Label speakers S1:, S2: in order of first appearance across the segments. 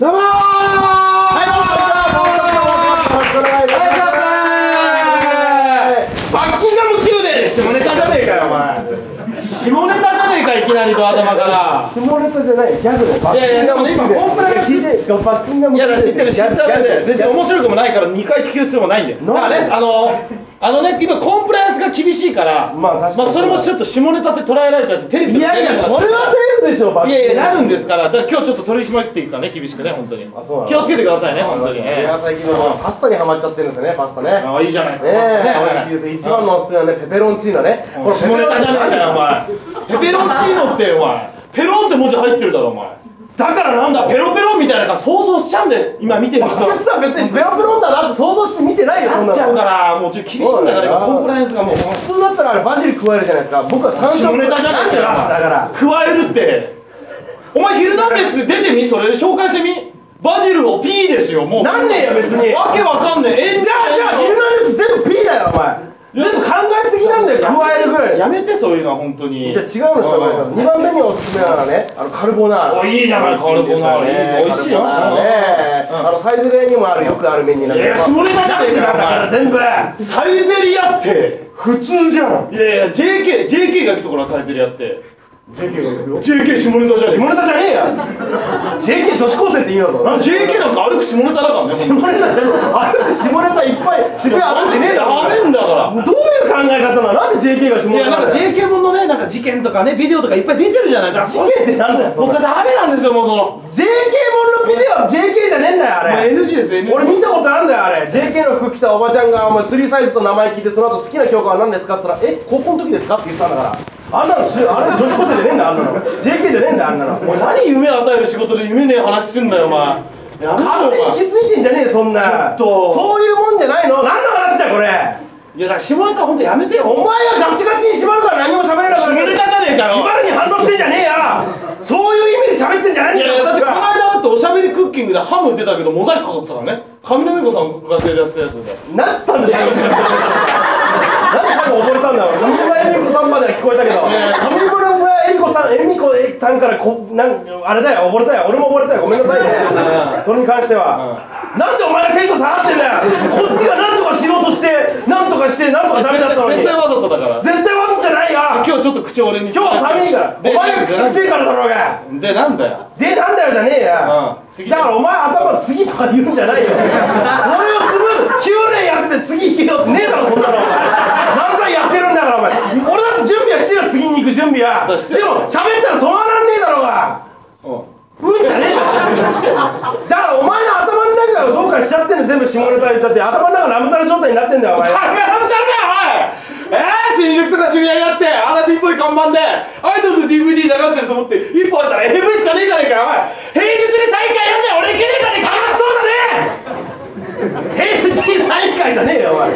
S1: どうもーはい、どうもバッキンガム宮殿下ネタじゃねえかよ、お前。下ネタじゃねえか、いきなりと頭から。
S2: 下ネタじゃない、ギャグだよ。バ
S1: いやいやでもね今コンプライアンス
S2: 聞いてバッキンガム
S1: いやだ知ってる知ってる
S2: ギャグだよ
S1: 全然面白くもないから2回聞く必要もないんだよだからねあのあのね今コンプライアンスが厳しいから
S2: まあ確かに
S1: それもちょっと下ネタって捉えられちゃってテレビ
S2: いやいや、これはセーフでしょ、バッ
S1: い
S2: キンガム。
S1: やいやなるんですからだから今日ちょっと取り締まっていくからね厳しくね本当に
S2: あそうなの
S1: 気をつけてくださいね本当に
S3: いや最近はパスタにハマっちゃってるんですよねパスタね
S1: ああいいじゃないですか
S3: ねえ美味しいです一番のおすすめはねペペロンチーノね
S1: これ下ネタじゃねえかよお前ペペロンチーノってお前ペロンって文字入ってるだろお前だからなんだペロペロンみたいなのが想像しちゃうんです今見てる人
S3: お客さん別にペロペロンだなって想像して見てないよそん
S1: な
S3: な
S1: っちゃう
S3: の
S1: からもうちょっと厳しいんだから今コンプライアンスがもう
S3: 普通だったらあれバジル加えるじゃないですか僕は山椒
S1: 下ネタじゃないんだよ
S3: だから
S1: 加えるってお前「ヒルナンデス」出てみそれ紹介してみバジルを P ですよもう
S3: なんねえよ別に
S1: わけわかんねええ
S3: じゃあじゃあヒルナンデス全部 P だよお前全部考えすぎなんだよ加えるぐらい
S1: やめてそういうのは本当に
S3: じゃあ違うの紹介します2番目におすすめなのはねあのカルボナーラ
S1: おいいじゃないカルボナーラいい美味しいよ
S3: カルボナーラね
S1: う
S3: あ
S1: ん
S3: のサイゼリヤにもあるよくあるメニューなん
S1: いや
S3: で
S1: 下ネタじゃねえかよお前
S3: 全部
S1: サイゼリヤって
S3: 普通じゃん
S1: いやいや JK, JK が行くところはサイゼリヤって
S3: ジェキが行くよ
S1: JK 下ネタじゃ
S3: 下
S1: 下
S3: ネ
S1: ネタ
S3: タじゃねえや JK 女子高生って意味だぞ
S1: あ JK なんか歩く下ネタだからね
S3: 下ネタじゃねえあれ下ネタいっぱい渋谷歩いてねえだろ
S1: ダメんだから
S3: どういう考え方なのなんで JK が下
S1: い
S3: ネ
S1: や
S3: タ
S1: なんか
S3: だよ
S1: JK ものねなんか事件とかねビデオとかいっぱい出てるじゃないだから
S3: 事件ってなんだよそ
S1: もう
S3: れ
S1: それダメなんですよもうその
S3: JK もんのビデオは JK じゃねえんだよあ
S1: まあ
S3: れ
S1: NG ですよ NG
S3: 俺見たことあんだよあれ JK の服着たおばちゃんが「お前スリーサイズと名前聞いてその後好きな教科は何ですか?」って言ったら「え高校の時ですか?」って言ったんだからあんなのしあれ女子高生じゃねえんだよあんな の JK じゃねえんだよあんなの
S1: お前何夢与える仕事で夢ねえ話すんだよお前やめろ
S3: 勝手に
S1: お前
S3: 気づいてんじゃねえよそんな
S1: ちょっと
S3: そういうもんじゃないの何の話だよこれ
S1: いやだから下ネタ本当やめて
S3: お
S1: よ
S3: 前がガチガチに縛るから何も喋れなくなる
S1: 下ネタじゃねえかよ
S3: 縛るに反応してんじゃねえよそういう意味で喋ってんじゃないん
S1: い
S3: だ
S1: やい
S3: よ
S1: やだってこの
S3: は
S1: 間だっておしゃべりクッキングでハム出たけどモザイクかかってたからね上沼恵子さんが出るやつやつで
S3: なんつったんですかなんで最後溺れたんだろう上村恵美子さんまでは聞こえたけど上村恵美子さん恵美子さんからこなんあれだよ溺れたよ俺も溺れたよごめんなさいねそれに関しては、なんでお前がテンション下がってんだよこっちが何とかしようとして何とかして何とかダメだったのに
S1: 絶対わざとだから
S3: 絶対わざじゃないよ
S1: 今日ちょっと口俺に
S3: 今日は寒いからお
S1: で
S3: 前が口してえからだろうが
S1: でなんだよ
S3: でなんだよじゃねえや、
S1: うん次
S3: だからお前頭次とか言うんじゃないよそれをスムー9年やってて次行けよってねえだろそんなのお前漫才やってるんだからお前俺だって準備はしてるよ次に行く準備はで
S1: だしてる
S3: も喋ったら止まらんねえだろうが
S1: うん
S3: うんじゃねえだろだからお前の頭の中がどうかしちゃってんの全部下ネタ言っちゃって頭の中ラムタル状態になってんだよお前
S1: ダメなんだおいえー、新宿とか渋谷にあって足立っぽい看板でアイドルの DVD 流してると思って一本あったら AV しかねえじゃねえかよおい平日に再会やんじゃ俺いけねえかねえか
S3: 平日にサイン会じゃねえよお前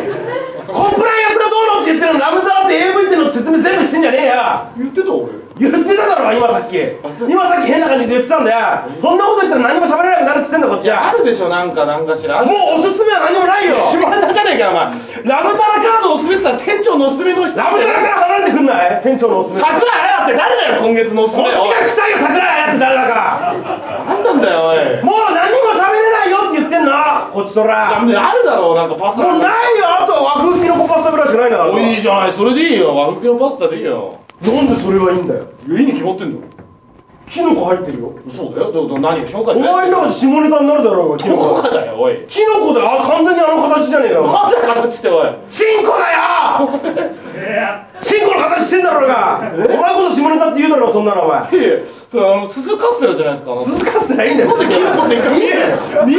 S3: コンプライアンスがどうのって言ってるのラムタラって AV っての説明全部してんじゃねえや
S1: 言ってた俺
S3: 言ってただろ今さっき今さっき変な感じで言ってたんだよそんなこと言ったら何も喋れなくなるって言ってんだこっちは
S1: あるでしょなんかなんかしら
S3: もうおすすめは何もないよ
S1: 下ネタじゃねえかよお前ラブタラカードおすすめって言ったら店長のおすすめの人
S3: ラブタラから離れてくんない店長のおすすめ
S1: 桜彩って誰だよ今月のおすす
S3: こっ
S1: め
S3: ち
S1: お
S3: が
S1: い
S3: 臭いよ桜やって誰だか
S1: 何なんだよおい
S3: もう何も喋れないよって言ってんのこっちそらもう
S1: あるだろうなんかパスタ
S3: ないよあとは和風ピノコパスタぐらいしかないんだから
S1: おいいじゃないそれでいいよ和服のパスタでいいよ
S3: なんでそれはいいんだよ
S1: いいに決まってんだろ
S3: キノコ入ってるよ
S1: そうだよどうどう何が紹介
S3: お前の中で下ネタになるだろうがキノ
S1: どこ
S3: コ
S1: かだよおい
S3: キノコであ完全にあの形じゃねえかよお前
S1: あんな形っておい
S3: チンコだよチンコの形してんだろうがお前こそ下ネタって言うだろうそんなのお前
S1: いやいやそれあの鈴カステラじゃないですかあの
S3: 鈴カステラいいんだよ
S1: キノコっていうか見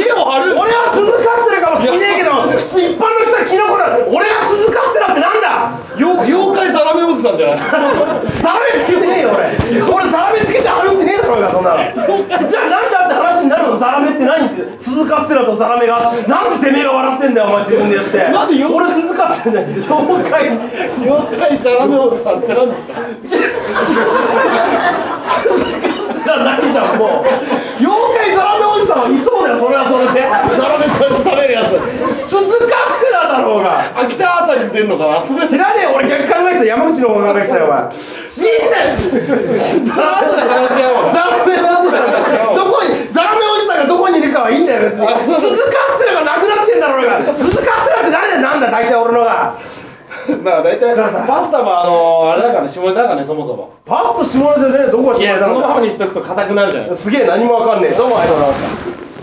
S1: え見えを張る
S3: 俺は鈴カステラかもしんねえけど普通一般の人はキノコだ俺が鈴カステラってなんだ
S1: 妖妖怪ザラメおじさんじゃないですか
S3: ダメつけてねえよ俺俺ザラメつけて歩いてねえだろうがそんなのじゃあなんだって話になるのザラメって何って鈴カステラとザラメがなんでてめえが笑ってんだよお前自分で言って
S1: なんでよ
S3: 俺鈴カステラじゃない妖怪
S1: 妖怪ザラメおじさんって何ですか
S3: いやないじゃんもう妖怪ザラメおじさんはいそうだよそれはそれで
S1: ザラメ感じられるやつ
S3: 鈴カステラだろうが
S1: 秋田あたりに出んのかなすごい
S3: 知らねえよ俺逆考えてた山口の方考えてたよお前信じないしザ
S1: 後で話し合おう
S3: ラメおじさんがどこにザラメおじさんがどこに別に鈴カステラがなくなってんだろうが鈴カステラって誰だよなんだ大体俺のが
S1: まあ大体パスタもあのあれだからね下ネタだからねそもそも
S3: パスと下ネタでねどこが下
S1: い
S3: ネ
S1: や
S3: タ
S1: そ
S3: な
S1: のまま
S3: ん
S1: にしとくと硬くなるじゃない
S3: だすげえ何もわかんねえどうもありがとうございました